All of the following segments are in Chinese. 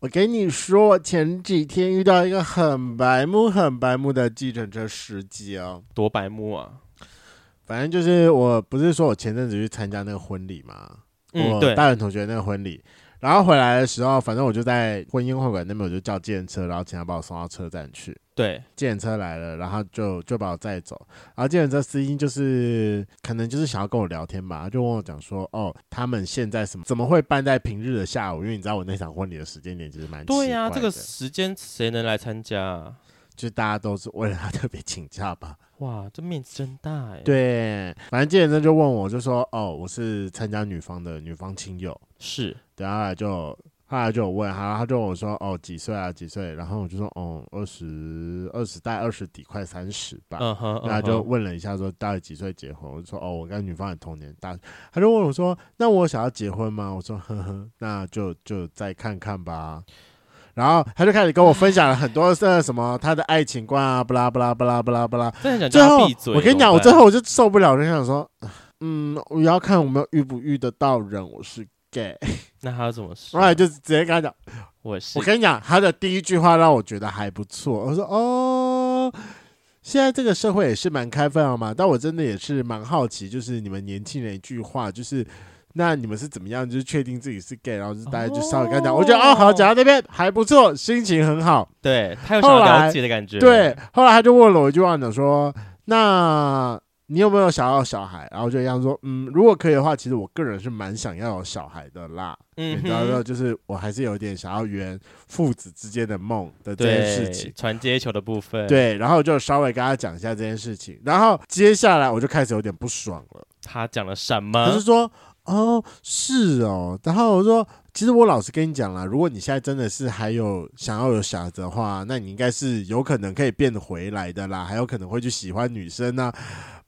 我给你说，我前几天遇到一个很白目、很白目的计程车司机哦。多白目啊！反正就是，我不是说我前阵子去参加那个婚礼嘛，嗯，我对，大人同学那个婚礼，然后回来的时候，反正我就在婚宴会馆那边，我就叫计程车，然后请他把我送到车站去。对，计程车来了，然后就就把我载走。然后计程车司机就是可能就是想要跟我聊天吧，他就问我讲说，哦，他们现在什么怎么会办在平日的下午？因为你知道我那场婚礼的时间点其实蛮对呀、呀、这个时间谁能来参加、啊？就大家都是为了他特别请假吧。哇，这面子真大哎、，对，反正计程车就问我，就说，哦，我是参加女方的女方亲友，是然后后来就。后来就有问他，他就问我说：“哦，几岁啊？几岁？”然后我就说：“哦，二十二十代二十底，快三十吧。”嗯哼，那他嗯哼就问了一下，说大概几岁结婚？我就说哦，我跟女方也同年大。他就问我说，那我想要结婚吗？我说呵呵，那就就再看看吧。然后他就开始跟我分享了很多的什么他的爱情观啊，不啦不啦不啦不啦不啦。真的想最叫他后闭嘴。我跟你讲，怎么我办最后我就受不了，就想说，嗯，我要看我们遇不遇得到人，我是 gay。那他要怎么说？后来就直接跟他讲，我是我跟你讲，他的第一句话让我觉得还不错。我说哦，现在这个社会也是蛮开放的嘛，但我真的也是蛮好奇，就是你们年轻人一句话，就是那你们是怎么样，就是确定自己是 gay，然后就大家就稍微跟他讲，我觉得哦好，讲到这边还不错，心情很好。对他有想要后来了解的感觉。对，，后来他就问了我一句话，讲说那。你有没有想要小孩？然后我就一样说，嗯，如果可以的话，其实我个人是蛮想要有小孩的啦。嗯你知道，哼，就是我还是有点想要圆父子之间的梦的这件事对情。传接球的部分，，对，然后我就稍微跟他讲一下这件事情，然后接下来我就开始有点不爽了。他讲了什他么就？说：“哦，是哦。”然后我说：“其实我老实跟你讲啦，如果你现在真的是还有想要有小孩子的话，那你应该是有可能可以变回来的啦，还有可能会去喜欢女生呢、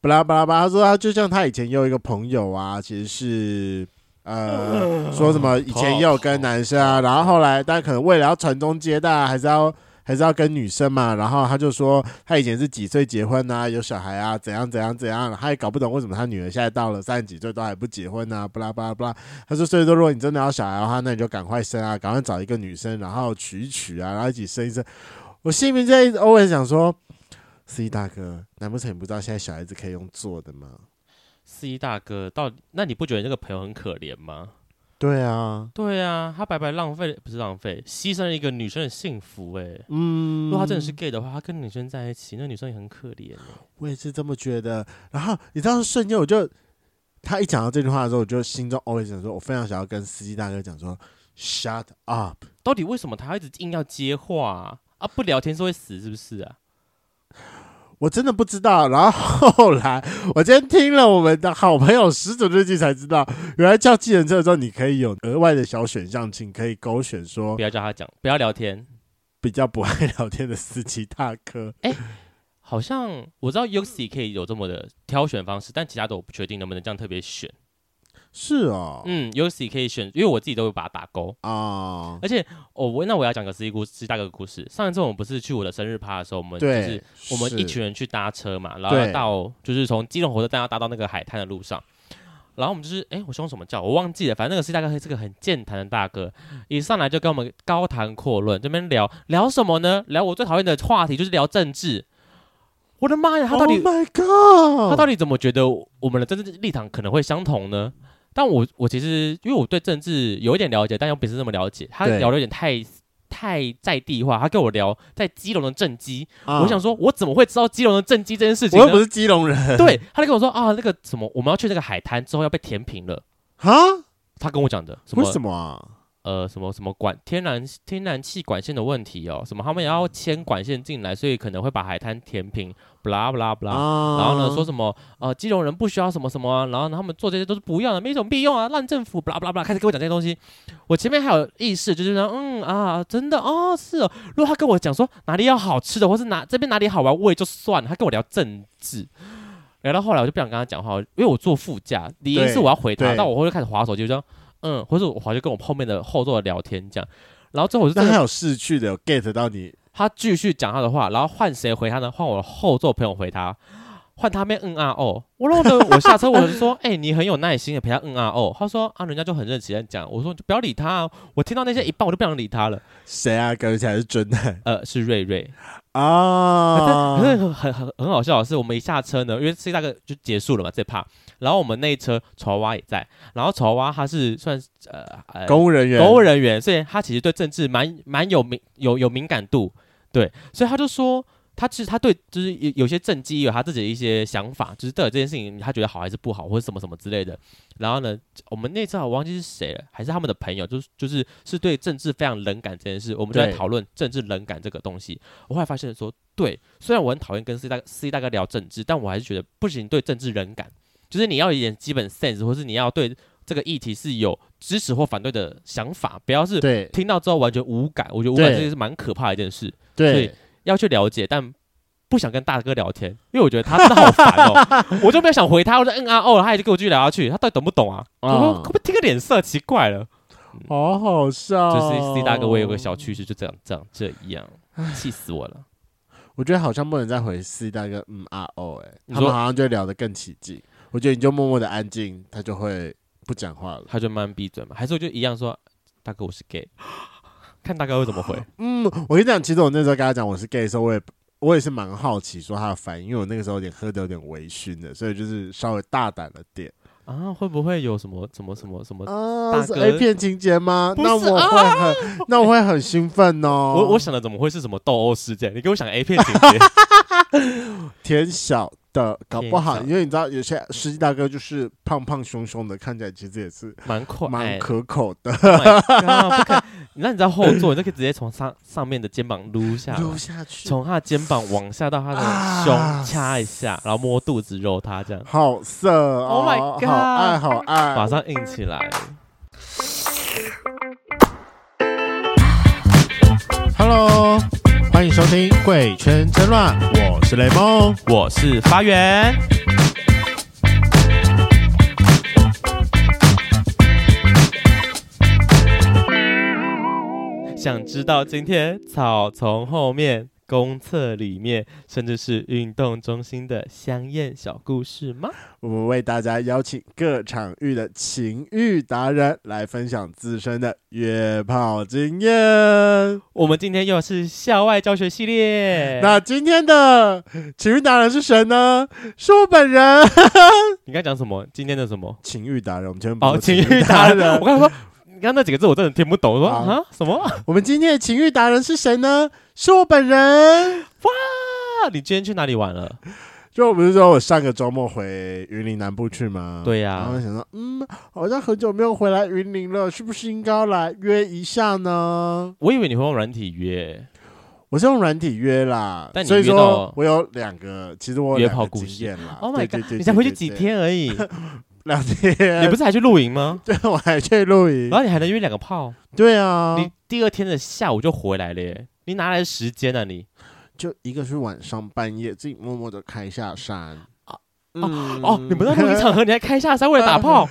巴拉巴拉巴拉，他说他就像他以前也有一个朋友啊，其实是。呃，说什么以前也有跟男生啊，然后后来但可能为了要传宗接代啊，还是要还是要跟女生嘛，然后他就说他以前是几岁结婚啊，有小孩啊，怎样怎样怎样，他也搞不懂为什么他女儿现在到了三十几岁都还不结婚啊，巴拉巴拉巴拉。他说，所以说如果你真的要小孩的话，那你就赶快生啊，赶快找一个女生，然后娶一娶啊，然后一起生一生。我心里面在 always 想说，C 大哥，难不成你不知道现在小孩子可以用做的吗？司仪大哥，到底那你不觉得这个朋友很可怜吗？对啊，对啊，他白白浪费，不是浪费，牺牲了一个女生的幸福、哎。嗯，如果他真的是 gay 的话，他跟女生在一起，那女生也很可怜、哎我也是这么觉得。然后你知道，瞬间我就他一讲到这句话的时候，我就心中 always 想说，我非常想要跟司机大哥讲说，shut up。到底为什么他一直硬要接话啊？啊不聊天是会死是不是啊？我真的不知道。然后后来，我今天听了我们的好朋友始祖日记才知道，原来叫计程车的时候，你可以有额外的小选项，请可以勾选说不要叫他讲，不要聊天。比较不爱聊天的司机大哥。好像我知道 Uxi 可以有这么的挑选方式，但其他的我不确定能不能这样特别选。是哦，嗯，Uxi 可以选，因为我自己都会把它打勾。啊、而且哦，我那我要讲个司机故司机大哥的故事。上一次我们不是去我的生日趴的时候，我们就对是，我们一是群人去搭车嘛，然后要对到就是从基隆火车站要搭到那个海滩的路上，然后我们就是哎，我是用什么叫我忘记了，反正那个司机大哥是个很健谈的大哥，一上来就跟我们高谈阔论，这边聊聊什么呢？聊我最讨厌的话题就是聊政治。我的妈呀，他到底、 Oh my God，他到底怎么觉得我们的政治立场可能会相同呢？但我我其实因为我对政治有一点了解，但又不是那么了解。他对聊的有点太太在地化，他跟我聊在基隆的政绩，啊我想说，我怎么会知道基隆的政绩这件事情我呢？又不是基隆人，对，他就跟我说啊，那个什么，我们要去那个海滩之后要被填平了。啊？他跟我讲的什为么什么啊？呃什么什么管天然天然气管线的问题哦，什么他们也要牵管线进来，所以可能会把海滩填平，不啦不啦不啦。啊然后呢，说什么呃，基隆人不需要什么什么、啊，然后呢他们做这些都是不要的，没什么必用啊，烂政府，巴拉巴拉巴拉，开始跟我讲这些东西。我前面还有意识，就是说，嗯啊，真的哦，是哦。如果他跟我讲说哪里有好吃的，或是哪这边哪里好玩，我也就算了。他跟我聊政治，聊到后来我就不想跟他讲话，因为我坐副驾，理应对是我要回他，对但我会开始划手机，就说嗯，或者我划就跟我后面的后座聊天这样。然后最后我就真那的他有逝去的有 get 到你他继续讲他的话，然后换谁回他呢？换我的后座朋友回他。 换他妹嗯啊哦，我然后呢，我下车我就说，哎、你很有耐心的陪他嗯啊哦。他说啊，人家就很认真讲，我说你就不要理他、啊，我听到那些一半我就不想理他了。谁啊？感觉起来是真的呃，是瑞瑞，啊可是很很很很好笑的是，我们一下车呢，因为这大概就结束了嘛这趴，然后我们那一车丑娃娃也在，然后丑娃娃他是算是呃呃公务人员，公务人员，所以他其实对政治蛮蛮有敏有有敏感度，对，所以他就说。他其实他对就是有有些政绩有他自己的一些想法，就是到底这件事情他觉得好还是不好，或者什么什么之类的。然后呢，我们那次我忘记是谁了，还是他们的朋友，就是就是是对政治非常冷感这件事，我们就在对讨论政治冷感这个东西。我后来发现说，对，虽然我很讨厌跟 C 大 C 大哥聊政治，但我还是觉得不行，对政治冷感，就是你要有一点基本 sense，或是你要对这个议题是有支持或反对的想法，不要是对听到之后完全无感。我觉得无感对这个是蛮可怕的一件事，所以对，要去了解，但不想跟大哥聊天，因为我觉得他真的好 烦哦，我就没有想回他，我就嗯啊哦，他也就跟我继续聊下去，他到底懂不懂啊？我说可哦不可以听个脸色，奇怪了。好好笑。哦就是 C 大哥，我有个小，趣事，就这样这样这样，气死我了。我觉得好像不能再回 C 大哥嗯啊哦，哎，你他说们好像就会聊得更起劲。我觉得你就默默的安静，他就会不讲话了。他就慢慢闭嘴嘛，还是我就一样说，大哥我是 gay，看大哥会怎么回。嗯，我跟你讲，其实我那时候跟他讲我是 gay 的时候，我也我也是蛮好奇说他的反应，因为我那个时候有点喝的有点微醺的，所以就是稍微大胆了点。啊，会不会有什么什么什么什么？啊，哦大是哥 A 片情节吗？不是啊那我会很，那我会很兴奋哦。我我想的怎么会是什么斗殴事件？你给我想 A 片情节天小的，搞不好，天小因为你知道有些实际大哥就是胖胖凶凶的，看起来其实也是 蛮快，蛮可口的， Oh my god，不可，那你知道后座，你就可以直接从上上面的肩膀撸下来，撸下去，从他的肩膀往下到他的啊胸掐一下，然后摸肚子揉他这样，好色哦 Oh my god 好爱好马爱。上硬起来。 Hello，欢迎收听《贵圈争乱》，我是雷梦。我是发源，想知道今天草丛后面、公厕里面，甚至是运动中心的香艳小故事吗？我们为大家邀请各场域的情欲达人来分享自身的约炮经验。我们今天又是校外教学系列。那今天的情欲达人是谁呢？是我本人，你刚讲什么？今天的什么？情欲达人。我们今天不哦，是情欲达人。人我，刚才说，你刚刚那几个字我真的听不懂。我说好啊什么？哇！我们今天的情欲达人是谁呢？是我本人。你今天去哪里玩了？就我不是说我上个周末回云林南部去吗？对呀然后想说，嗯，好像很久没有回来云林了，是不是应该要来约一下呢？我以为你会用软体约。我是用软体约啦，但你所以约说到我有两个，其实我有约两个炮故经事验啦。 Oh 对 my 对 god！对你才回去对几对天 而已，两天。你不是还去露营吗？对，我还去露营然。后你还能约两个炮，对啊，你第二天的下午就回来了耶！你哪来的时间啊你？就一个是晚上半夜自己默默的开下山。嗯啊哦，你不在露 营场合，你还开下山为了打炮？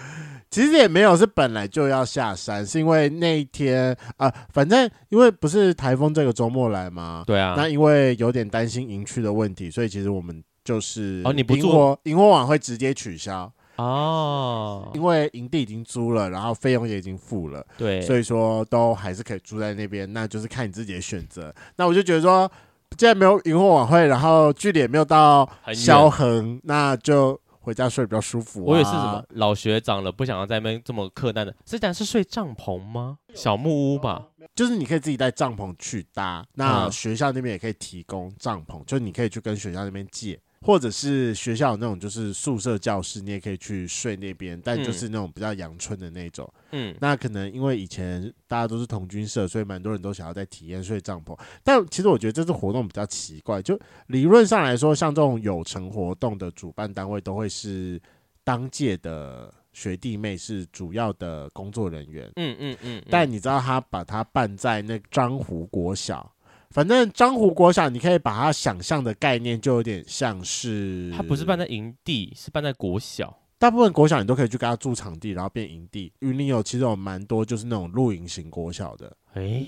其实也没有，是本来就要下山，是因为那一天啊、反正因为不是台风这个周末来嘛，对啊那，因为有点担心营区的问题，所以其实我们就是哦你不萤做火萤火晚会直接取消，哦，因为营地已经租了，然后费用也已经付了，对，所以说都还是可以住在那边，那就是看你自己的选择。那我就觉得说，既然没有萤火晚会，然后距离也没有到很远消衡，那就回家睡比较舒服、啊。我以为是什么？老学长了，不想要在那边这么客难的。这讲是睡帐篷吗？小木屋吧？就是你可以自己带帐篷去搭，那嗯学校那边也可以提供帐篷，就你可以去跟学校那边借，或者是学校有那种就是宿舍教室，你也可以去睡那边，但嗯就是那种比较阳春的那种。嗯，那可能因为以前大家都是同军社，所以蛮多人都想要在体验睡帐篷。但其实我觉得这次活动比较奇怪，就理论上来说，像这种有成活动的主办单位都会是当届的学弟妹是主要的工作人员。嗯嗯嗯，但你知道他把它办在那张湖国小，反正张湖国小，你可以把它想象的概念就有点像是，他不是办在营地，是办在国小。大部分国小你都可以去跟他租场地，然后变营地。云林有其实有蛮多就是那种露营型国小的，诶，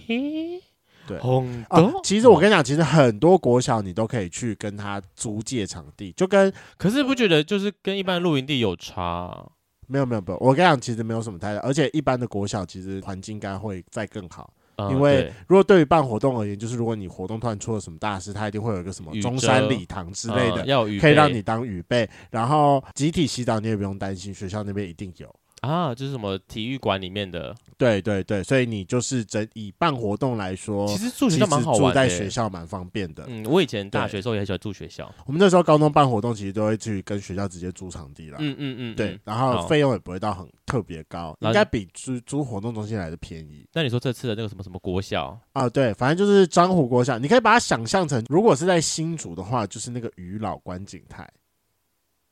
对红啊豆。其实我跟你讲，其实很多国小你都可以去跟他租借场地，就跟可是不觉得就是跟一般露营地有差啊、没有没有没有，我跟你讲，其实没有什么太大，而且一般的国小其实环境应该会再更好。嗯因为如果对于办活动而言，就是如果你活动突然出了什么大事，它一定会有一个什么雨中遮山礼堂之对类嗯的，要有预可以让备你当雨备。然后集体洗澡你也不用担心，学校那边一定有。啊，就是什么体育馆里面的，对对对，所以你就是整以办活动来说，其实住哦其实学校蛮好住玩的、在学校蛮方便的。嗯，我以前大对学的时候也很喜欢住学校。我们那时候高中办活动，其实都会去跟学校直接租场地啦。嗯嗯嗯，对嗯。，然好后费用也不会到很特别高，然后应该比租租活动中心来的便宜那你说这次的那个什么什么国小，啊。对，反正就是张虎国小，你可以把它想象成，如果是在新竹的话，就是那个渔老观景台。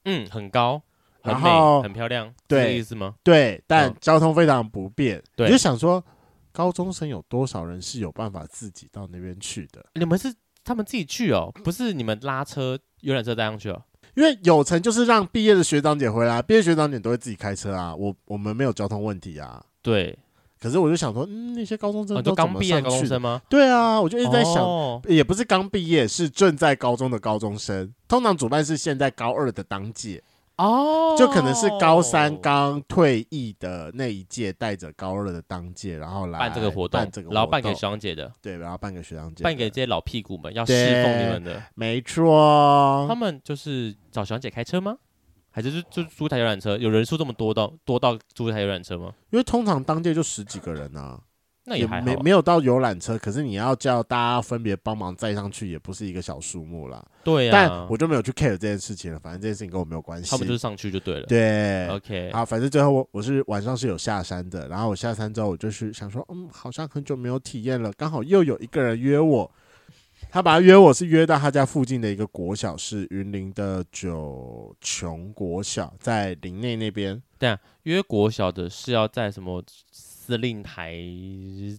嗯，很高，很然美，后很漂亮，对是这个意思吗？对，但嗯交通非常不便，对你就想说，高中生有多少人是有办法自己到那边去的？你们是他们自己去哦，不是你们拉车游览车带上去哦。因为有成就是让毕业的学长姐回来，毕业学长姐都会自己开车啊，我我们没有交通问题啊。对，可是我就想说，嗯，那些高中哦生你就都怎刚么毕业的上高中去的生？吗？对啊，我就一直在想，哦也不是刚毕业，是正在高中的高中生。通常主办是现在高二的当届，哦就可能是高三刚退役的那一届，带着高二的当届，然后来办这个活动办这个，活然后办给动学长姐的，对，然后办给学长姐的，办给这些老屁股们，要侍奉你们的。没他错。们就是找学长姐开车吗？还是就就租台游览车？有人数这么多到多到租台游览车吗？因为通常当届就十几个人啊，那也也还好没啊。没有到游览车，可是你要叫大家分别帮忙载上去，也不是一个小数目啦。对啊呀、但我就没有去 care 这件事情了，反正这件事情跟我没有关系。他们就是上去就对了。对啊 OK，啊好，反正最后我我是晚上是有下山的，然后我下山之后，我就是想说，嗯，好像很久没有体验了，刚好又有一个人约我，他把他约我是约到他家附近的一个国小，是云林的九琼国小，在林内那边。约国小的是要在什么司令台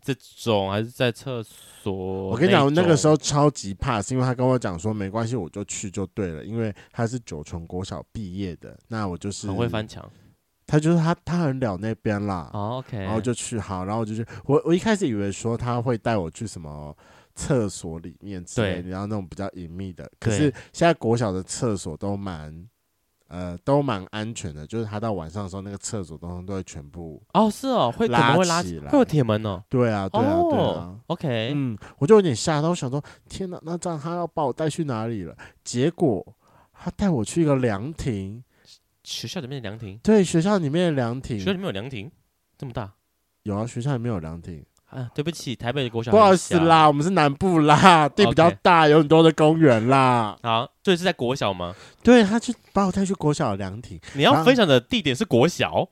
这种，还是在厕所？我我跟你讲，我那个时候候超级怕，是因为他跟我讲说没关系，我就去就对了，因为他是九琼国小毕业的，那我就是很会翻，墙。他就是他他很了那边啦，哦，OK，啊然后就去好，然后我就去。我我一开始以为说他会带我去什么厕所里面之类的，对然后那种比较隐秘的。可对是现在国小的厕所都蛮呃都蛮安全的，就是他到晚上的时候，那个厕所通常都会全部哦是哦，会可能会拉拉起来会有铁门哦。对啊对啊对啊。哦，OK，嗯，我就有点吓到，我想说，天哪，那这样他要把我带去哪里了？结果他带我去一个凉亭，学校里面的凉亭，对，学校里面的凉学校里亭面有凉亭，这么大有啊，学校里面有凉亭，啊？对不起，台北的国小不好很意思小。啦，我们是南部啦，地比较 OK 大，有很多的公园啦。好，所以是在国小吗？对他去把我带去国小的凉亭，你然要后分享的地点是国小？哦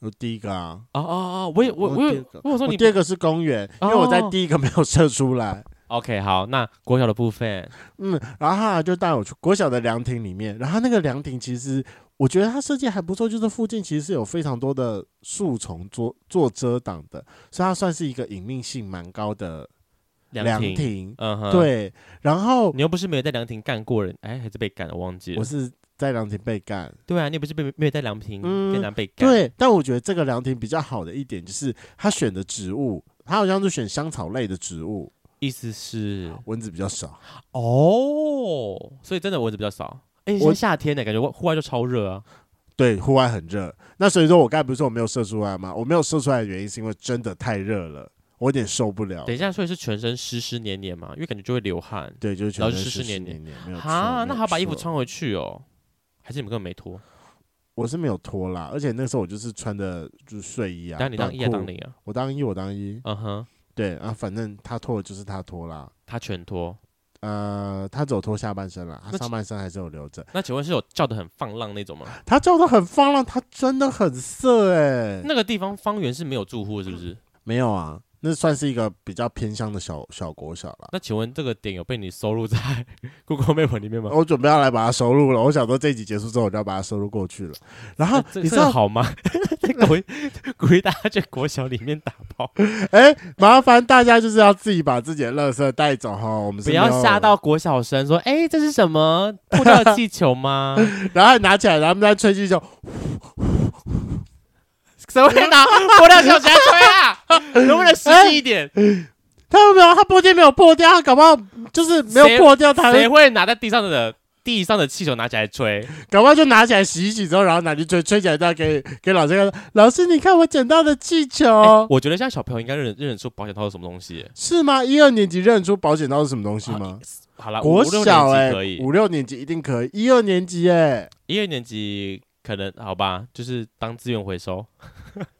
我第一个啊，哦哦，我也我我第我二有个我有说我你第二个是公园，因为我在哦第一个没有射出来。 OK 好，那国小的部分嗯，然后他就带我去国小的凉亭里面，然后那个凉亭其实我觉得它设计还不错，就是附近其实是有非常多的树丛做做遮挡的，所以它算是一个隐秘性蛮高的凉亭，亭。嗯哼，。对，然后你又不是没有在凉亭干过人，哎，还是被干了，我忘记了我。是在凉亭被干，对啊，你也不是被没有在凉亭嗯跟南被干。，对，但我觉得这个凉亭比较好的一点就是他选的植物，他好像是选香草类的植物，意思是蚊子比较少。哦，所以真的蚊子比较少。哎，现在我夏天呢，感觉外户外就超热啊。对，户外很热。那所以说我刚才不是说我没有射出来吗？我没有射出来的原因是因为真的太热了，我有点受不了。等一下，所以是全身湿湿黏黏嘛，因为感觉就会流汗。对，就是全然后身就湿湿湿黏黏黏，没有错。哈，那没有还要把衣服错，穿回去哦？还是你们根本没脱？我是没有脱啦，而且那时候我就是穿的就是睡衣啊，当然你当短一啊，裤当零啊？我当一，我当一，嗯哼，对啊，反正他脱的就是他脱啦。他全脱。呃，他只有脱下半身啦，他那上半身还是有留着。那请问是有叫的很放浪那种吗？他叫的很放浪，他真的很色哎、那个地方方圆是没有住户，是不是？没有啊，那算是一个比较偏向的小小国小啦。那请问这个点有被你收录在 Google Map 里面吗？我准备要来把它收录了，我想说这一集结束之后，我就要把它收录过去了。然后哎这啊你知这个道，好吗？ 在国鼓励大家去国小里面打炮，哎、麻烦大家就是要自己把自己的垃圾带走哈，我们是不要没有吓。到国小生说：“哎、这是什么破掉的气 球吗？然后还拿起来，然后他们在吹气球， 谁会拿破掉气球起来吹啊？能不能实际一点？他有没有？他破戒没有破掉，他搞不好就是没有谁破掉， 他谁会拿在地上的地上的气球拿起来吹？搞不好就拿起来洗一洗之后，然后拿去吹，吹起来再给给老师看。老师，你看我捡到的气球、哎我觉得现在小朋友应该认认得出保险套是什么东西。是吗？一二年级认出保险套是什么东西吗？好了，国啊五六小年哎、级可以，五六年级一定可以，一二年级哎、一二年级可能好吧，就是当资源回收。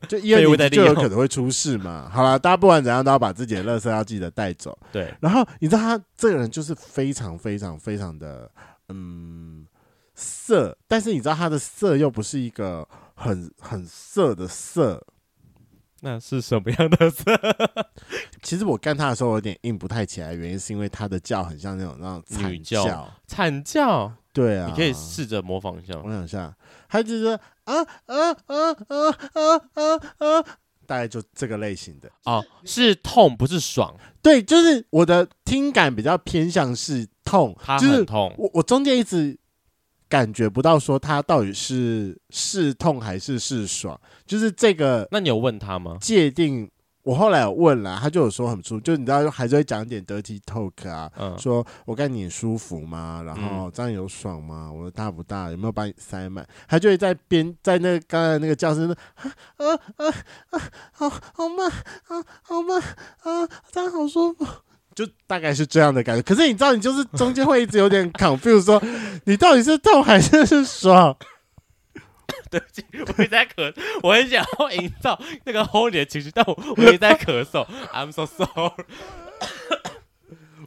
就一二废物年在级就利有用可能会出事嘛。好了，大家不管怎样都要把自己的垃圾要记得带走。对，然后你知道他这个人就是非常非常非常的嗯色，但是你知道他的色又不是一个很很色的色。那是什么样 的色？其实我干他的时候我有点硬不太起来，原因是因为他的叫很像那种那种女惨叫惨叫，对啊，你可以试着模仿一下。我想一下，他就是啊啊啊啊啊啊啊，大概就这个类型的。哦，是痛不是爽，对，就是我的听感比较偏向是痛它，就很是痛。我我中间一直感觉不到说它到底是是痛还是是爽，就是这个那你有问他吗？界定。我后来有问了，他就有说很舒服，就你知道还是会讲一点 dirty talk 啊，嗯，说我看你舒服吗？然后这样有爽吗？我的大不大？有没有把你塞满？他就会在边在那个刚才那个叫声，啊啊啊啊，好好慢啊，好慢啊，这样好舒服。 就大概是这样的感觉，可是你知道，你就是中间会一直有点 confuse，说 你到底是痛还是是爽？ 我一直在咳，我很想要营造那个 hold 你的情绪，但我我一直在咳 嗽。I'm so sorry。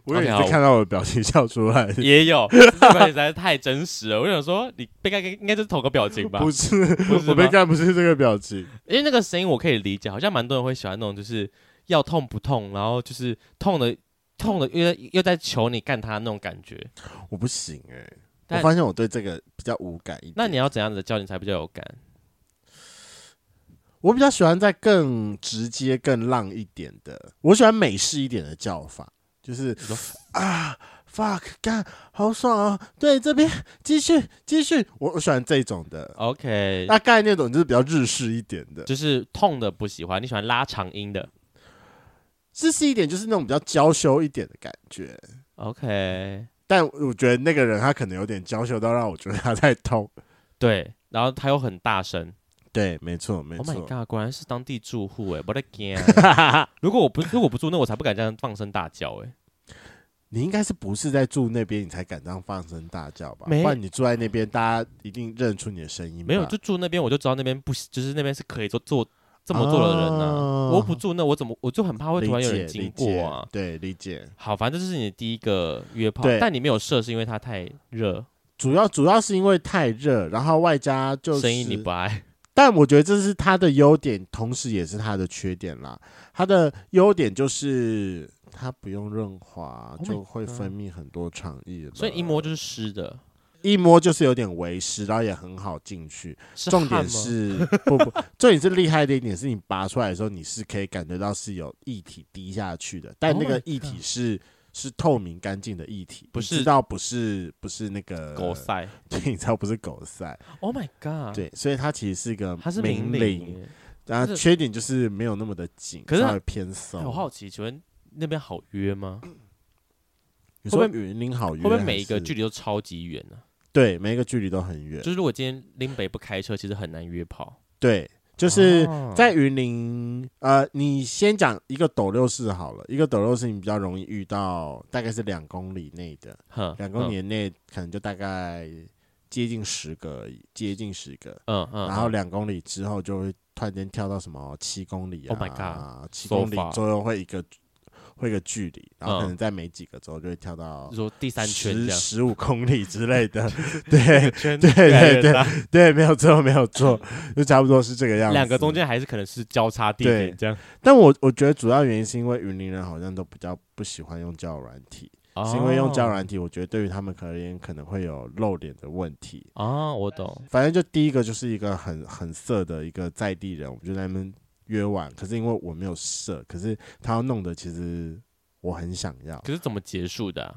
我以为你 OK，是好看到我的表情笑出来的，也 有，这表情实在是太真实了。我想说，你被该应该就是同个表情 吧？不是，不是我被吗干不是这个表情，因为那个声音我可以理解，好像蛮多人会喜欢那种，就是要痛不痛，然后就是痛的痛的又在又在求你干他那种感 觉。我不行哎、但我发现我对这个比较无感一点。那你要怎样的教你才比较有感？我比较喜欢在更直接、更浪一点的，我喜欢美式一点的叫法，就是 说啊，fuck，干，好爽哦！对，这边继续继续，我我喜欢这种的。 OK，那概念种就是比较日式一点的，就是痛的不喜欢，你喜欢拉长音的。日式一点就是那种比较娇羞一点的感觉。 OK，但我觉得那个人他可能有点娇羞到让我觉得他在痛。对，然后他又很大声。对，没错，没 Oh 错。 my god，果然是当地住户哎、我的 天！如果我不如果不住那，我才不敢这样放声大叫哎、你应该是不是在住那边，你才敢这样放声大叫吧？不没然你住在那边，大家一定认出你的声音吧。没有，就住那边我就知道那边不行，就是那边是可以做做这么做的人呐、啊我不住那，我怎么我就很怕会理突然有解人经过啊理解。对，理解。好，反正这是你的第一个约炮对，但你没有射是因为它太热，主要主要是因为太热，然后外加就是嗯声音你不爱。但我觉得这是他的优点，同时也是他的缺点啦。他的优点就是它不用润滑 Oh my 就会 God 分泌很多肠液了，所以一摸就是湿的，一摸就是有点微湿，然后也很好进去。是重点汗吗是不不，重点是厉害的一点是你拔出来的时候，你是可以感觉到是有液体滴下去的，但 Oh 那个 my 液体是。是透明干净的液体，不你是知道不是不是那个狗塞。对，你知道不是狗塞， Oh my god！，对，所以它其实是一个它是明领，明领耶。然后是缺点就是没有那么的紧，可是它稍微偏松哎。我好奇，请问那边好约吗？你说会不云林好会约，不会每一个距离离都超级远呢、对每一个距离都很远就？是如果今天林北不开车，其实很难约炮。对，就是哦在云林，呃，你先讲一个斗六市好了，一个斗六市你比较容易遇到，大概是两公里内的，哼两公里内可能就大概接近十个而已，接近十个，嗯嗯，然后嗯两公里之后就会突然间跳到什么七公里啊 Oh my god，七 so 公里 far 左右会一个会一个距离，然后嗯可能在没几个之后就会跳到就说第三十圈这样，十五公里之类 的，对圈对越来越对大对，没有错没有错，就差不多是这个样子。两个中，间还是可能是交叉地对点这样，但我我觉得主要原因是因为云林人好像都比较不喜欢用交友软体，是因为用交友哦软体，我觉得对于他们可能可能会有露脸的问题。哦，我懂。反正就第一个就是一个很很色的一个在地人，我们就在那边约玩。可是因为我没有色，可是他要弄的其实我很想要。可是怎么结束的啊、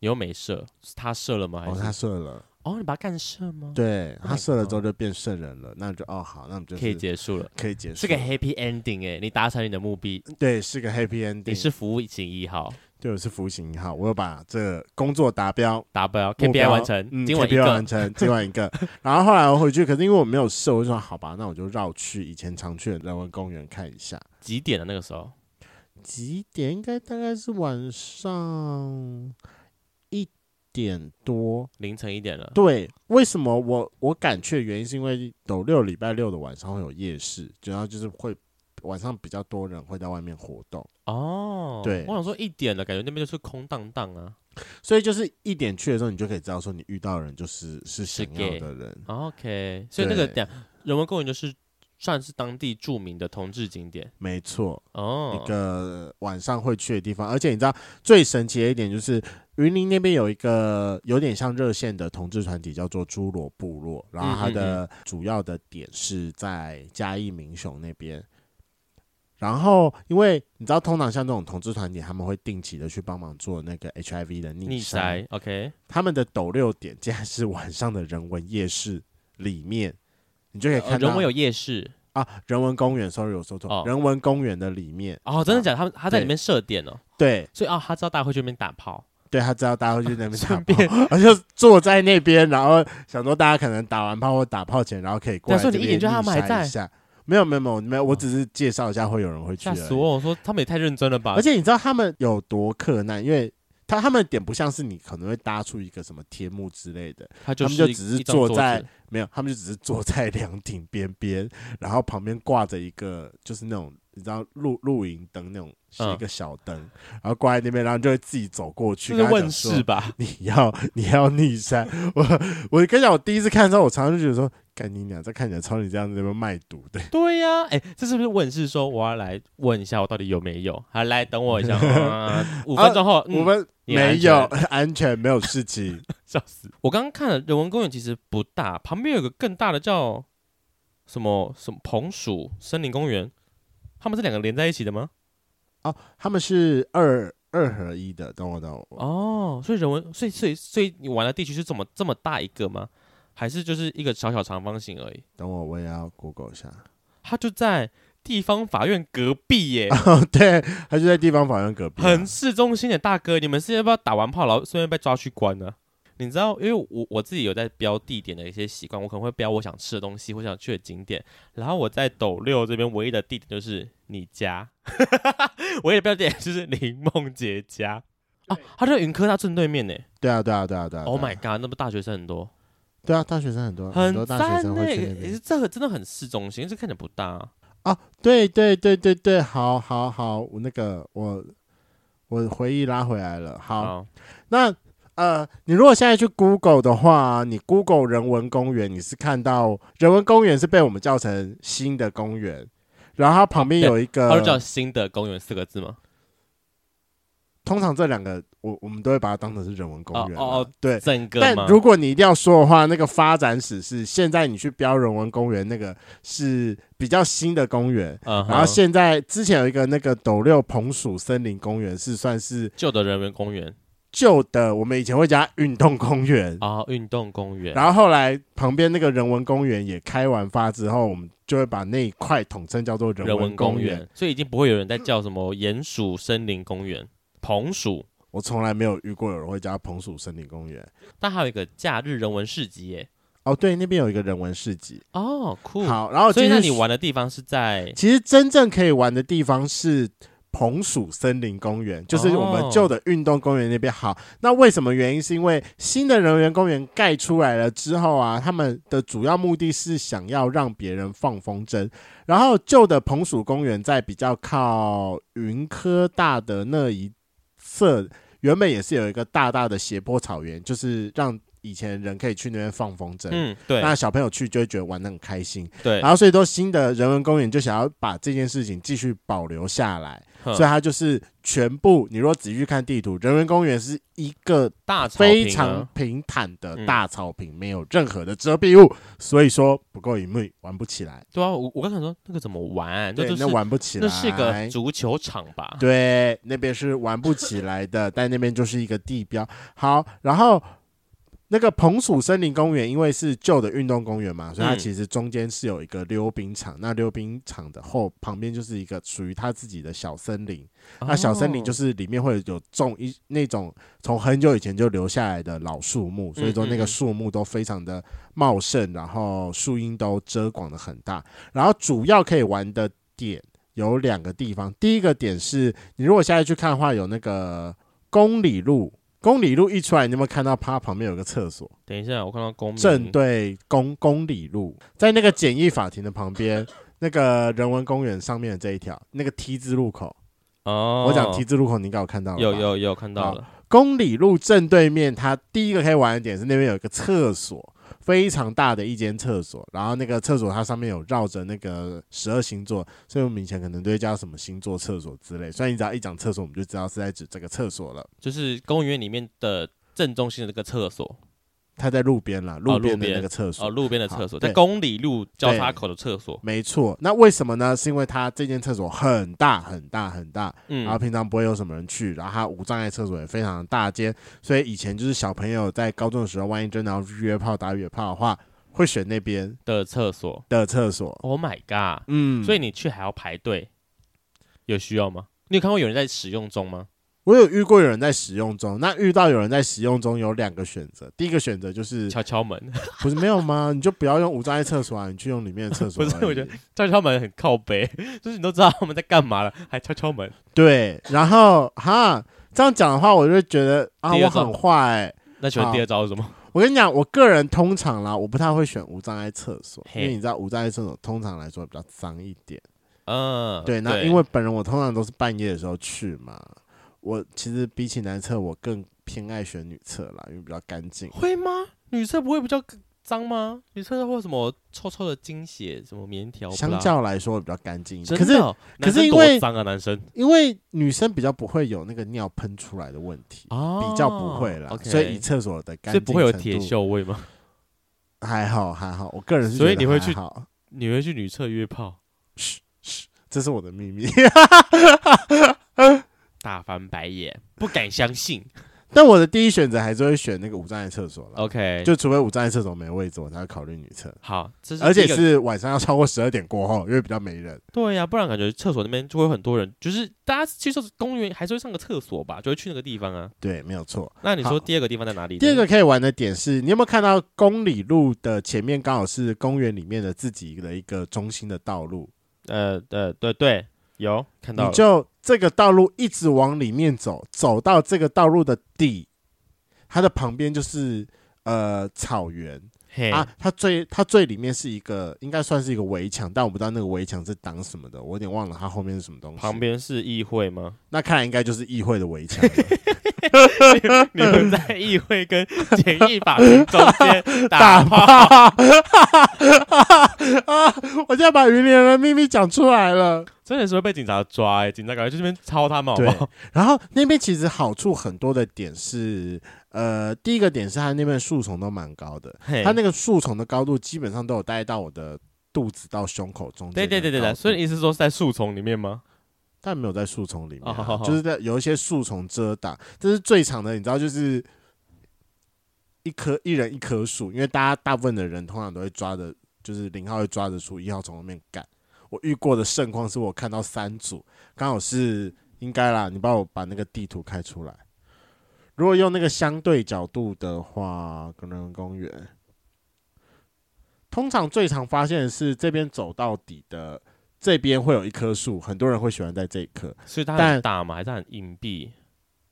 你又没射，是他射了吗？还哦，是、他射了，哦，你把他干射吗？，对 Oh 他 my 射了 God 之后就变圣人了，那就哦好，那我们就是可以结束了，可以结束，是个 happy ending 哎、你达成你的目的，对，是个 happy ending。你是服务型一号，对，我是服刑一号，我有把这个工作达标达标目标 KPI 完成，嗯今晚一 KPI 个完 成，今晚一个。然后后来我回去，可是因为我没有事，我就说好吧，那我就绕去以前常去的人文公园看一下。几点的那个时候？几点？应该大概是晚上一点多。凌晨一点了。对，为什么我我敢去的原因是因为有六礼拜六的晚上会有夜市，主要就是会晚上比较多人会在外面活动，哦，对我想说一点了，感觉那边就是空荡荡啊。所以就是一点去的时候，你就可以知道说你遇到的人就是是是想要 gay 的人。哦 OK，所以那个对等下人文公园就是算是当地著名的同志景点没错，哦一。个晚上会去的地方。而且你知道最神奇的一点就是，云林那边有一个有点像热线的同志团体，叫做侏罗部落，然后它嗯的主要的点是在嘉义民雄那边。然后，因为你知道，通常像这种同志团体，他们会定期的去帮忙做那个 HIV 的逆逆筛塞。，OK，他们的斗六点竟然是晚上的人文夜市里面，你就可以呃看到、人文有夜市啊，人文公园，sorry，我说错，哦人文公园的里面，哦，真的假的？他们他在对里面设点哦，对，所以啊，他知道大家会去那边打 炮，对他知道大家会去那边打顺炮， 便。然后就坐在那边，然后想说大家可能打完炮或打炮前，然后可以过来对这所以边你一点就他们还晒一下。没有没有没有没有，我只是介绍一下会有人会去吓而死已。我！我说他们也太认真了吧？而且你知道他们有多克难，因为他他们的点不像是你可能会搭出一个什么天幕之类的，他就他们就是只是一张桌坐在子没有，他们就只是坐在凉亭边边，然后旁边挂着一个就是那种你知道露露营灯那种是一嗯个小灯，然后挂在那边，然后就会自己走过去，这跟是他讲问说世吧？你要你要逆山， 我我跟你讲，我第一次看的时候，我常常就觉得说，干你俩这看起来超你这样子在那边卖毒的， 对呀、哎、这是不是问世说我要来问一下我到底有没有？好，来等我一 下，啊五分钟后，嗯我们你很安没全有 安全，没有事情。 笑死！我刚刚看了人文公园，其实不大，旁边有个更大的叫什么什么彭鼠森林公园，他们是两个连在一起的吗？他们是二二合一的，等我等我，哦，所以人文，所以所以所以你玩的地区是怎么这么大一个吗？还是就是一个小小长方形而已？等我，我也要 Google 一下。它就在地方法院隔壁耶，哦， 对，他就在地方法院隔壁啊、哎很市中心的大哥，你们是要不要打完炮然后顺便被抓去关呢、啊你知道，因为我我自己有在标地点的一些习惯，我可能会标我想吃的东西，我想去的景点。然后我在斗六这边唯一的地点就是你家， 唯一的标点就是林梦杰家啊，他就在云科大正对面呢。对啊，对啊，对啊，对啊。 Oh 对啊 my god，那不大学生很多，对啊，大学生很多，很多很大学赞生呢。会去那也边。是这个真的很市中心，这看起来不大、啊。啊，对对对对对，好好好，我那个我我回忆拉回来了，好。好，那呃，你如果现在去 Google 的话，你 Google 人文公园，你是看到人文公园是被我们叫成新的公园，然后它旁边有一个，他就叫新的公园四个字吗？通常这两个我我们都会把它当成是人文公园啦。哦哦哦对。整个但吗？如果你一定要说的话，那个发展史是现在你去标人文公园，那个是比较新的公园。嗯哼然后现在之前有一个那个斗六彭鼠森林公园是算是旧的人文公园旧的，我们以前会叫它运动公园。啊，运动公园。然后后来旁边那个人文公园也开完发之后，我们就会把那一块统称叫做人人文文公公园园。，嗯所以已经不会有人在叫什么鼹鼠森林公园、彭鼠。我从来没有遇过有人会叫它彭鼠森林公园。但还有一个假日人文市集耶。哦，对，那边有一个人文市集。哦，酷。好，然后所以今那天你，玩的地方是在其实真正可以玩的地方是。彭鼠森林公园就是我哦们旧的运动公园那边好，那为什么原因？是因为新的人文公园盖出来了之后啊，他们的主要目的是想要让别人放风筝，然后旧的彭鼠公园在比较靠云科大的那一侧，原本也是有一个大大的斜坡草原，就是让以前人可以去那边放风筝。嗯，对那小朋友去就会觉得玩的很开心，对然，后所以说新的人文公园就想要把这件事情继续保留下来，哼所以它就是全部。你如果仔细看地图，人文公园是一个大草坪啊非常平坦的嗯大草坪，没有任何的遮蔽物，所以说不够隐蔽，玩不起来。对啊。我我刚想说那个怎么玩？啊那对，就是那玩不起来。那是个足球场吧？对，那边是玩不起来的，但那边就是一个地标。好，然后那个彭鼠森林公园，因为是旧的运动公园嘛，所以它嗯其实中间是有一个溜冰场。那溜冰场的后旁边就是一个属于它自己的小森林。哦啊那小森林就是是里面会有种一那种从很久以前就留下来的老树木，所以说那嗯嗯个嗯树木都非常的茂盛，然后树荫都遮广的很大。然后主要可以玩的点有两个地方，第一个点是你如果下去去看的话，有那个公里路。公里路一出来，你有没有看到它旁边有个厕所？等一下，我看到公民正对公公里路，在那个简易法庭的旁边，那个人文公园上面的这一条那个 T 字路口，哦，我讲 T 字路口，你应该有看到了吧。有有有看到好了，公里路正对面，它第一个可以玩的点是那边有一个厕所，非常大的一间厕所。然后那个厕所它上面有绕着那个十二星座，所以我们以前可能都会叫什么星座厕所之类。所以你只要一讲厕所，我们就知道是在指这个厕所了。就是公园里面的正中心的那个厕所，它在路边啦，路边的哦路边那个厕所。哦，路边的厕所，好对在公里路交叉口的厕所，没错，那为什么呢？是因为它这间厕所很大很大很大，然后嗯，平常不会有什么人去，然后它无障碍厕所也非常大间，所以以前就是小朋友在高中的时候，万一真的要去约炮打野炮的话，会选那边的厕所的厕所。 ，Oh my god！嗯，所以以你去还要排队，有需要吗？你有看过有人在使用中吗？我有遇过有人在使用中，那遇到有人在使用中有两个选择，第一个选择就是敲敲门， 不是没有吗？你就不要用无障碍厕所啊，你去用里面的厕所而已。 不是我觉得敲敲门很靠背， 就是你都知道他们在干嘛了，还敲敲门，对，然后哈这样讲的话，我就会觉得啊第我二种很坏、那请问第二招是什么？我跟你讲，我个人通常啦，我不太会选无障碍厕所，因嘿为你知道无障碍厕所通常来说比较脏一点。嗯，对，那因为本人我通常都是半夜的时候去嘛，我其实比起男厕，我更偏爱选女厕啦，因为比较干净。会吗？女厕不会比较脏吗？女厕会有什么臭臭的精血，什么棉条？相较来说，我比较干净一点。真可的是哦，可是男生因多为脏啊，男生因为女生比较不会有那个尿喷出来的问题，啊比较不会啦，所以以厕所的干所净以不会有程铁度锈味吗？还好还好。我个人是所以觉你得会还去好你会去女厕约炮，这是我的秘密。大翻 白眼，不敢相信。但我的第一选择还是会选那个无障碍厕所啦。 OK，就除非五障碍厕所没位置，我才会考虑女厕，好，这是而且第一个是晚上要超过十二点过后，因为比较没人。对啊呀、不然感觉厕所那边就会有很多人，就是大家去厕所公园还是会上个厕所吧，就会去那个地方啊。对，没有错。那你好说第二个地方在哪里呢？第二个可以玩的点是，你有没有看到公里路的前面刚好是公园里面的自己的一个中心的道路？呃呃对对，有看到你了就这个道路一直往里面走，走到这个道路的底，它的旁边就是呃草原嘿、啊，它最它最里面是一个应该算是一个围墙，但我不知道那个围墙是挡什么的，我有点忘了它后面是什么东西。旁边是议会吗？ 那看来应该就是议会的围 墙了。嗯你们在议会跟简易法庭中间打 炮，炮啊！我现在把云林人的秘密讲出来了。真的是会被警察抓哎、警察赶快去那边抄他们好对不好？然后那边其实好处很多的点是，呃，第一个点是它那边树丛都蛮高的，嘿它那个树丛的高度基本上都有带到我的肚子到胸口中间。对对对哦对对，所以你意思是说是在树丛里面吗？但没有在树丛里面啊、哦好好好就是在有一些树丛遮挡，这是最长的，你知道就是。一棵一人一棵树，因为大家大部分的人通常都会抓着，就是零号会抓着树，一号从后面赶。我遇过的盛况是我看到三组，刚好是应该啦，你帮我把那个地图开出来。如果用那个相对角度的话，可能公园通常最常发现的是这边走到底的这边会有一棵树，很多人会喜欢在这一棵。所以它但很大嘛，还是很隐蔽？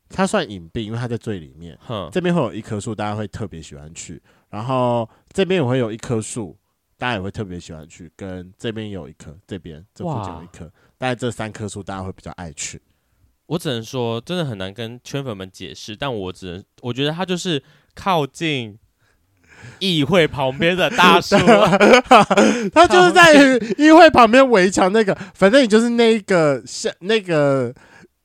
它算隐蔽，因为它在最里面。哼，这边会有一棵树，大家会特别喜欢去。然后这边也会有一棵树，大家也会特别喜欢去。跟这边有一棵，这边这附近有一棵，大概这三棵树大家会比较爱去。我只能说真的很难跟圈粉们解释，但我只能我觉得它就是靠近议会旁边的 大树，啊它就是在于议会旁边围墙那个，反正你就是那一个像那个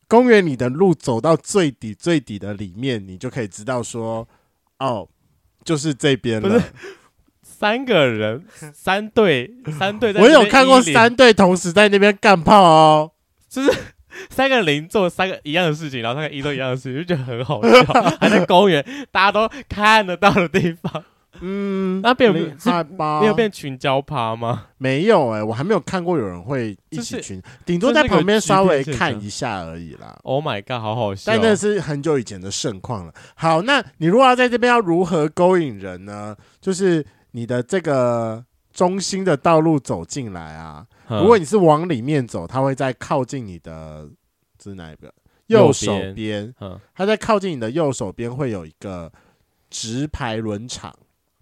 公园里的路走到最底最底的里面，你就可以知道说，哦，就是这边不了是。三个人，三队，三队在我那边有看过依邻三队同时在那边干炮哦。三个零做三个一样的事情，然后三个一做一样的事情，就觉得很好 笑。还在公园，大家都看得到的地方，嗯，那变厉害吧？没有变群交趴吗？没有哎、我还没有看过有人会一这起是群，顶多这在是旁个边局稍部微现看象一下而已啦。 Oh my god，好好笑！但那是很久以前的盛况了。好，那你如果要在这边要如何勾引人呢？就是你的这个中心的道路走进来啊，嗯如果你是往里面走，它会在靠近你的这是哪一个右右手边边，嗯它在靠近你的右手边会有一个直排轮场，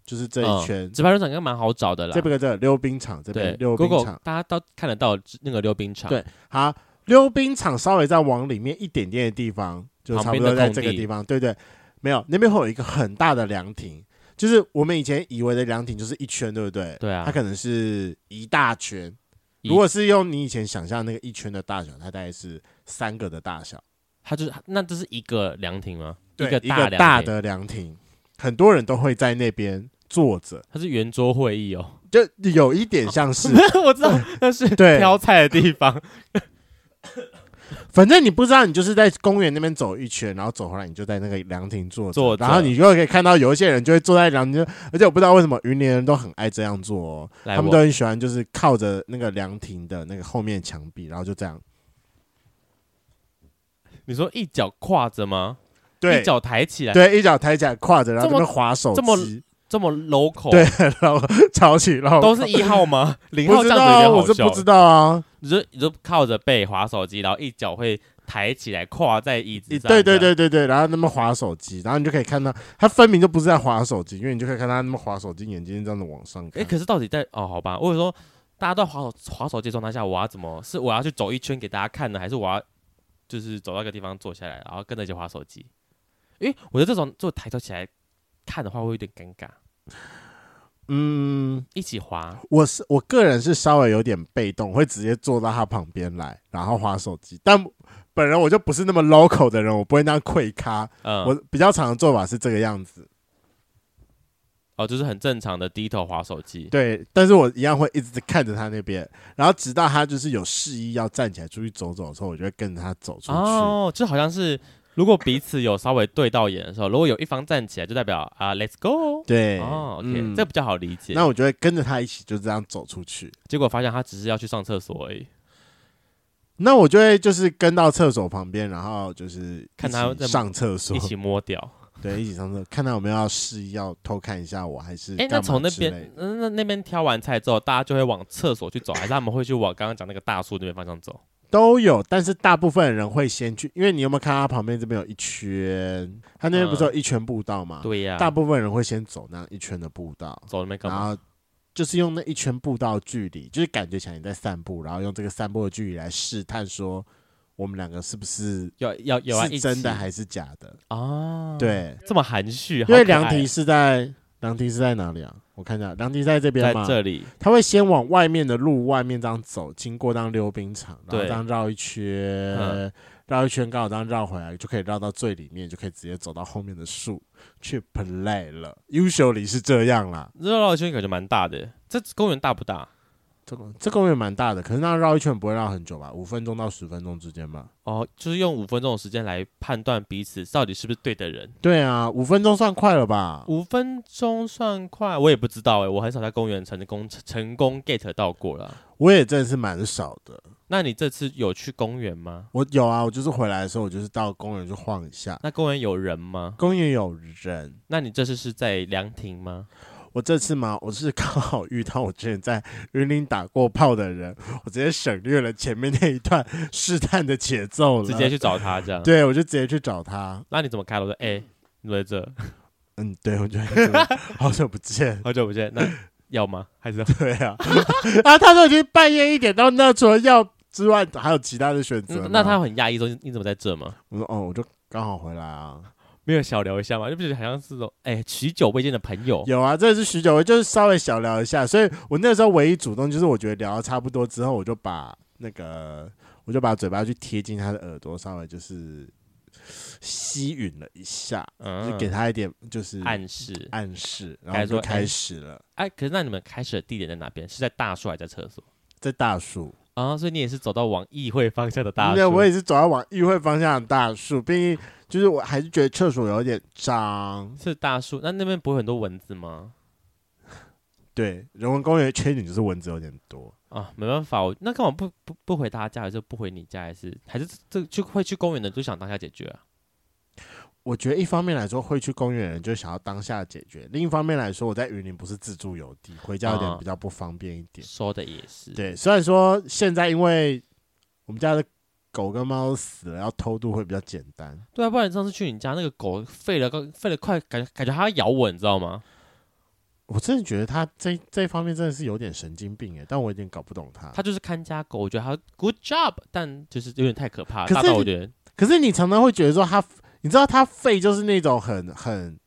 就是这一嗯圈，直排轮场应该蛮好找的啦。这边跟这个溜冰场这对边溜冰场 Google，大家都看得到那个溜冰场。对好，溜冰场稍微再往里面一点点的地方，就差不旁边多的在这空个地地方，对对，没有那边会有一个很大的凉亭，就是我们以前以为的凉亭就是一圈，对不对？对啊它可能是一大圈。一如果是用你以前想象那个一圈的大小，它大概是三个的大小，它就是那这是一个凉亭吗？对个一大个凉大亭，的凉亭，很多人都会在那边坐着，它是圆桌会 议哦。就有一点像 是我知道那是对挑菜的地 方。反正你不知道，你就是在公园那边走一圈，然后走回来，你就在那个凉亭坐着，坐着然后你就可以看到有一些人就会坐在凉亭，而且我不知道为什么云林人都很爱这样做、哦，来，他我们都很喜欢就是靠着那个凉亭的那个后面墙壁，然后就这样，你说一脚跨着吗？对一脚抬起来，对，一脚抬起来跨着，然后这那么边滑手这么机， 这么 local，对，然后吵起，然后都是一号吗？ 零不号知这道样子有啊，点我好是不笑知。道啊，你就你就靠着背滑手机，然后一脚会抬起来跨在椅子上。对对这样，对对对，然后那么滑手机，然后你就可以看到他分明就不是在滑手机，因为你就可以看到他那么滑手机，眼睛这样子往上哎、看。可是到底在哦？好吧，我者说大家都滑手滑手机的状态下，我要怎么是我要去走一圈给大家看呢，还是我要就是走到一个地方坐下来，然后跟着一起滑手机？因为我觉得这种就抬头起来看的话，会有点尴尬。嗯，一起滑，我是我个人是稍微有点被动，会直接坐到他旁边来，然后划手机。但本人我就不是那么 local 的人，我不会那样跪咖。嗯，我比较常的做法是这个样子，哦，就是很正常的低头滑手机。对。但是我一样会一直看着他那边，然后直到他就是有示意要站起来出去走走的时候，我就会跟着他走出去。哦，就好像是如果彼此有稍微对到眼的时候，如果有一方站起来，就代表啊，Let's go。对，哦，OK，、嗯这比较好理解。那我就会跟着他一起就这样走出去。结果发现他只是要去上厕所而 已。那我就会就是跟到厕所旁边，然后就是看他一起在上厕所一，起摸掉。对，一起上厕所，看他有没有要示意要偷看一下我，还是哎、干那嘛从那之类的边，嗯那那边挑完菜之后，大家就会往厕所去走，还是他们会去往刚刚讲那个大树那边方向走？都有，但是大部分人会先去，因为你有没有看他旁边这边有一圈，他那边不是有一圈步道嘛？、嗯对呀、啊啊大部分人会先走那一圈的步道，走那边干然嘛？后就是用那一圈步道距离，就是感觉起来你在散步，然后用这个散步的距离来试探说我们两个是不是有有有啊，是一真起的还是假的？啊？，对，这么含蓄，因为好可爱凉亭是在凉亭是在哪里啊？我看一下，凉亭在这边在吗？这里，他会先往外面的路外面这样走，经过当溜冰场，然后对这样绕一圈嗯，绕一圈刚好这样绕回来，就可以绕到最里面，就可以直接走到后面的树去 play 了。Usually 是这样啦，绕绕一圈感觉蛮大的。这公园大不大？这个这公园蛮大的，可是那绕一圈不会绕很久吧？五分钟到十分钟之间吧。哦，就是用五分钟的时间来判断彼此到底是不是对的人。对啊，五分钟算快了吧？五分钟算快，我也不知道哎、我很少在公园成功成功 get 到过了。我也真的是蛮少的。那你这次有去公园吗？我有啊，我就是回来的时候，我就是到公园去晃一下。那公园有人吗？公园有人，那你这次是在凉亭吗？我这次嘛，我是刚好遇到我之前在云林打过炮的人，我直接省略了前面那一段试探的节奏了，直接去找他这样？对，我就直接去找他。那你怎么开头说？哎、你在这，嗯，对，我觉得真的 好久不见。 好久不见，那要吗？还是要对啊， 啊，他都已经半夜一点到那，除了药之外，还有其他的选择吗、嗯那他很压抑说你你怎么在这吗？我说哦，我就刚好回来啊。没有小聊一下吗？就不觉得好像是说，哎、许久未见的朋友，有啊，这是许久，我就是稍微小聊一下，所以我那时候唯一主动就是我觉得聊的差不多之后，我就把那个我就把嘴巴去贴近他的耳朵，稍微就是吸吮了一下，嗯就给他一点就是暗示。暗示，然后就该说哎开始了，哎、可是那你们开始的地点在哪边？是在大树还是在厕所？在大树，啊，所以你也是走到往议会方向的大那树。我也是走到往议会方向的大树，毕竟就是我还是觉得厕所有点脏。是大树，那那边不会很多蚊子吗？对，人文公园的缺点就是蚊子有点多。啊，没办法，我那干嘛不不不回他家，还是不回你家，还是还是这这就会去公园的就想当下解决啊？我觉得一方面来说，会去公园的人就想要当下解决；另一方面来说，我在云林不是自助游地，回家有啊点比较不方便一点。说的也是，对，虽然说现在因为我们家的狗跟猫死了，要偷渡会比较简单。对啊，不然上次去你家那个狗吠了个，吠了快，感觉感觉它要咬我，你知道吗？我真的觉得它这这方面真的是有点神经病哎，但我有点搞不懂它。它就是看家狗，我觉得它 good job，但就是有点太可怕了，可大是到我觉得可是你常常会觉得说它，你知道它吠就是那种很很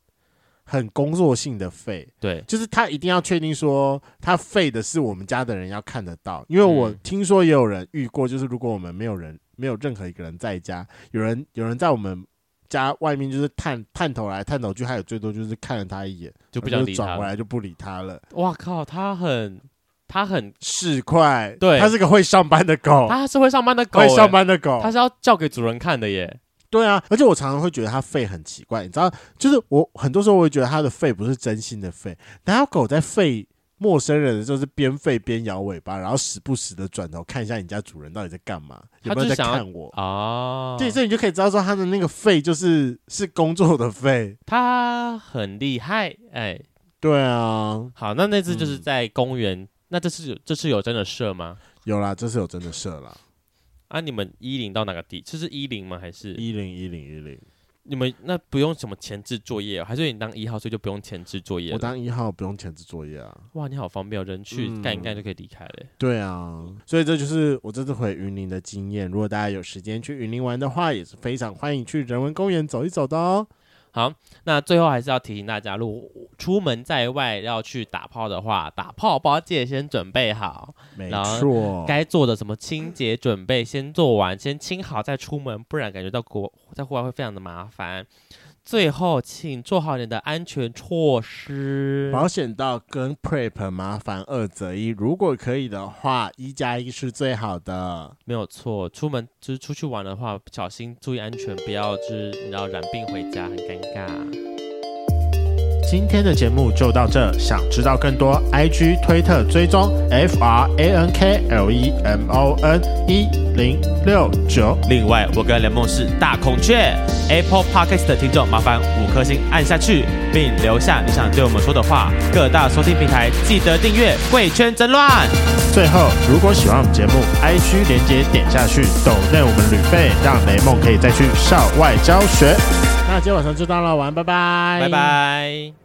很工作性的吠，对，就是他一定要确定说他废的是我们家的人要看得到，因为我嗯听说也有人遇过，就是如果我们没有人没有任何一个人在家，有人有人在我们家外面就是探探头来探头去，还有最多就是看了他一眼，就不然后想就理转它回了。来就不理他了。哇靠，它很，它很，是快，对他是个会上班的狗，它是会上班的狗、哦会上欸，班的狗它，是要叫给主人看的耶。对啊。而且我常常会觉得他废很奇怪，你知道，就是我很多时候我会觉得他的废不是真心的废，哪有狗在吠陌生人的时候是边吠边摇尾巴，然后时不时的转头看一下你家主人到底在干嘛，有它没就有是在想要看我？啊，对，所以你就可以知道说他的那个吠就是是工作的吠。它很厉害，哎，对啊，好，那那次就是嗯在公园，那这次有这次有真的射吗？有啦，这次有真的射啦，啊，你们一零到哪个地？这是一零吗？还是一零一零一零，你们那不用什么前置作业、哦，还是你当一号所以就不用前置作业我了？当一号不用前置作业啊。哇，你好方便哦，人去嗯干一干就可以离开了耶。对啊，所以这就是我这次回云林的经验。如果大家有时间去云林玩的话，也是非常欢迎去人文公园走一走的哦。好，那最后还是要提醒大家，如果出门在外要去打炮的话，打炮包记得先准备好，没然后错，该做的什么清洁准备先做完，先清好再出门，不然感觉到国在户外会非常的麻烦。最后，请做好你的安全措施。保险到跟 prep 麻烦二择一，如果可以的话，一加一是最好的。没有错，出门就是出去玩的话，小心注意安全，不要就是你知道染病回家很尴尬。今天的节目就到这，想知道更多，IG、推特追踪 F R A N K L E M O N 一零六九。另外，我跟雷梦是大孔雀 Apple Podcast 的听众，麻烦五颗星按下去，并留下你想对我们说的话。各大收听平台记得订阅《贵圈争乱》。最后，如果喜欢我们节目，IG 连接点下去，抖内我们旅费，让雷梦可以再去校外教学。那今天晚上就到了，晚安，拜拜，拜。拜。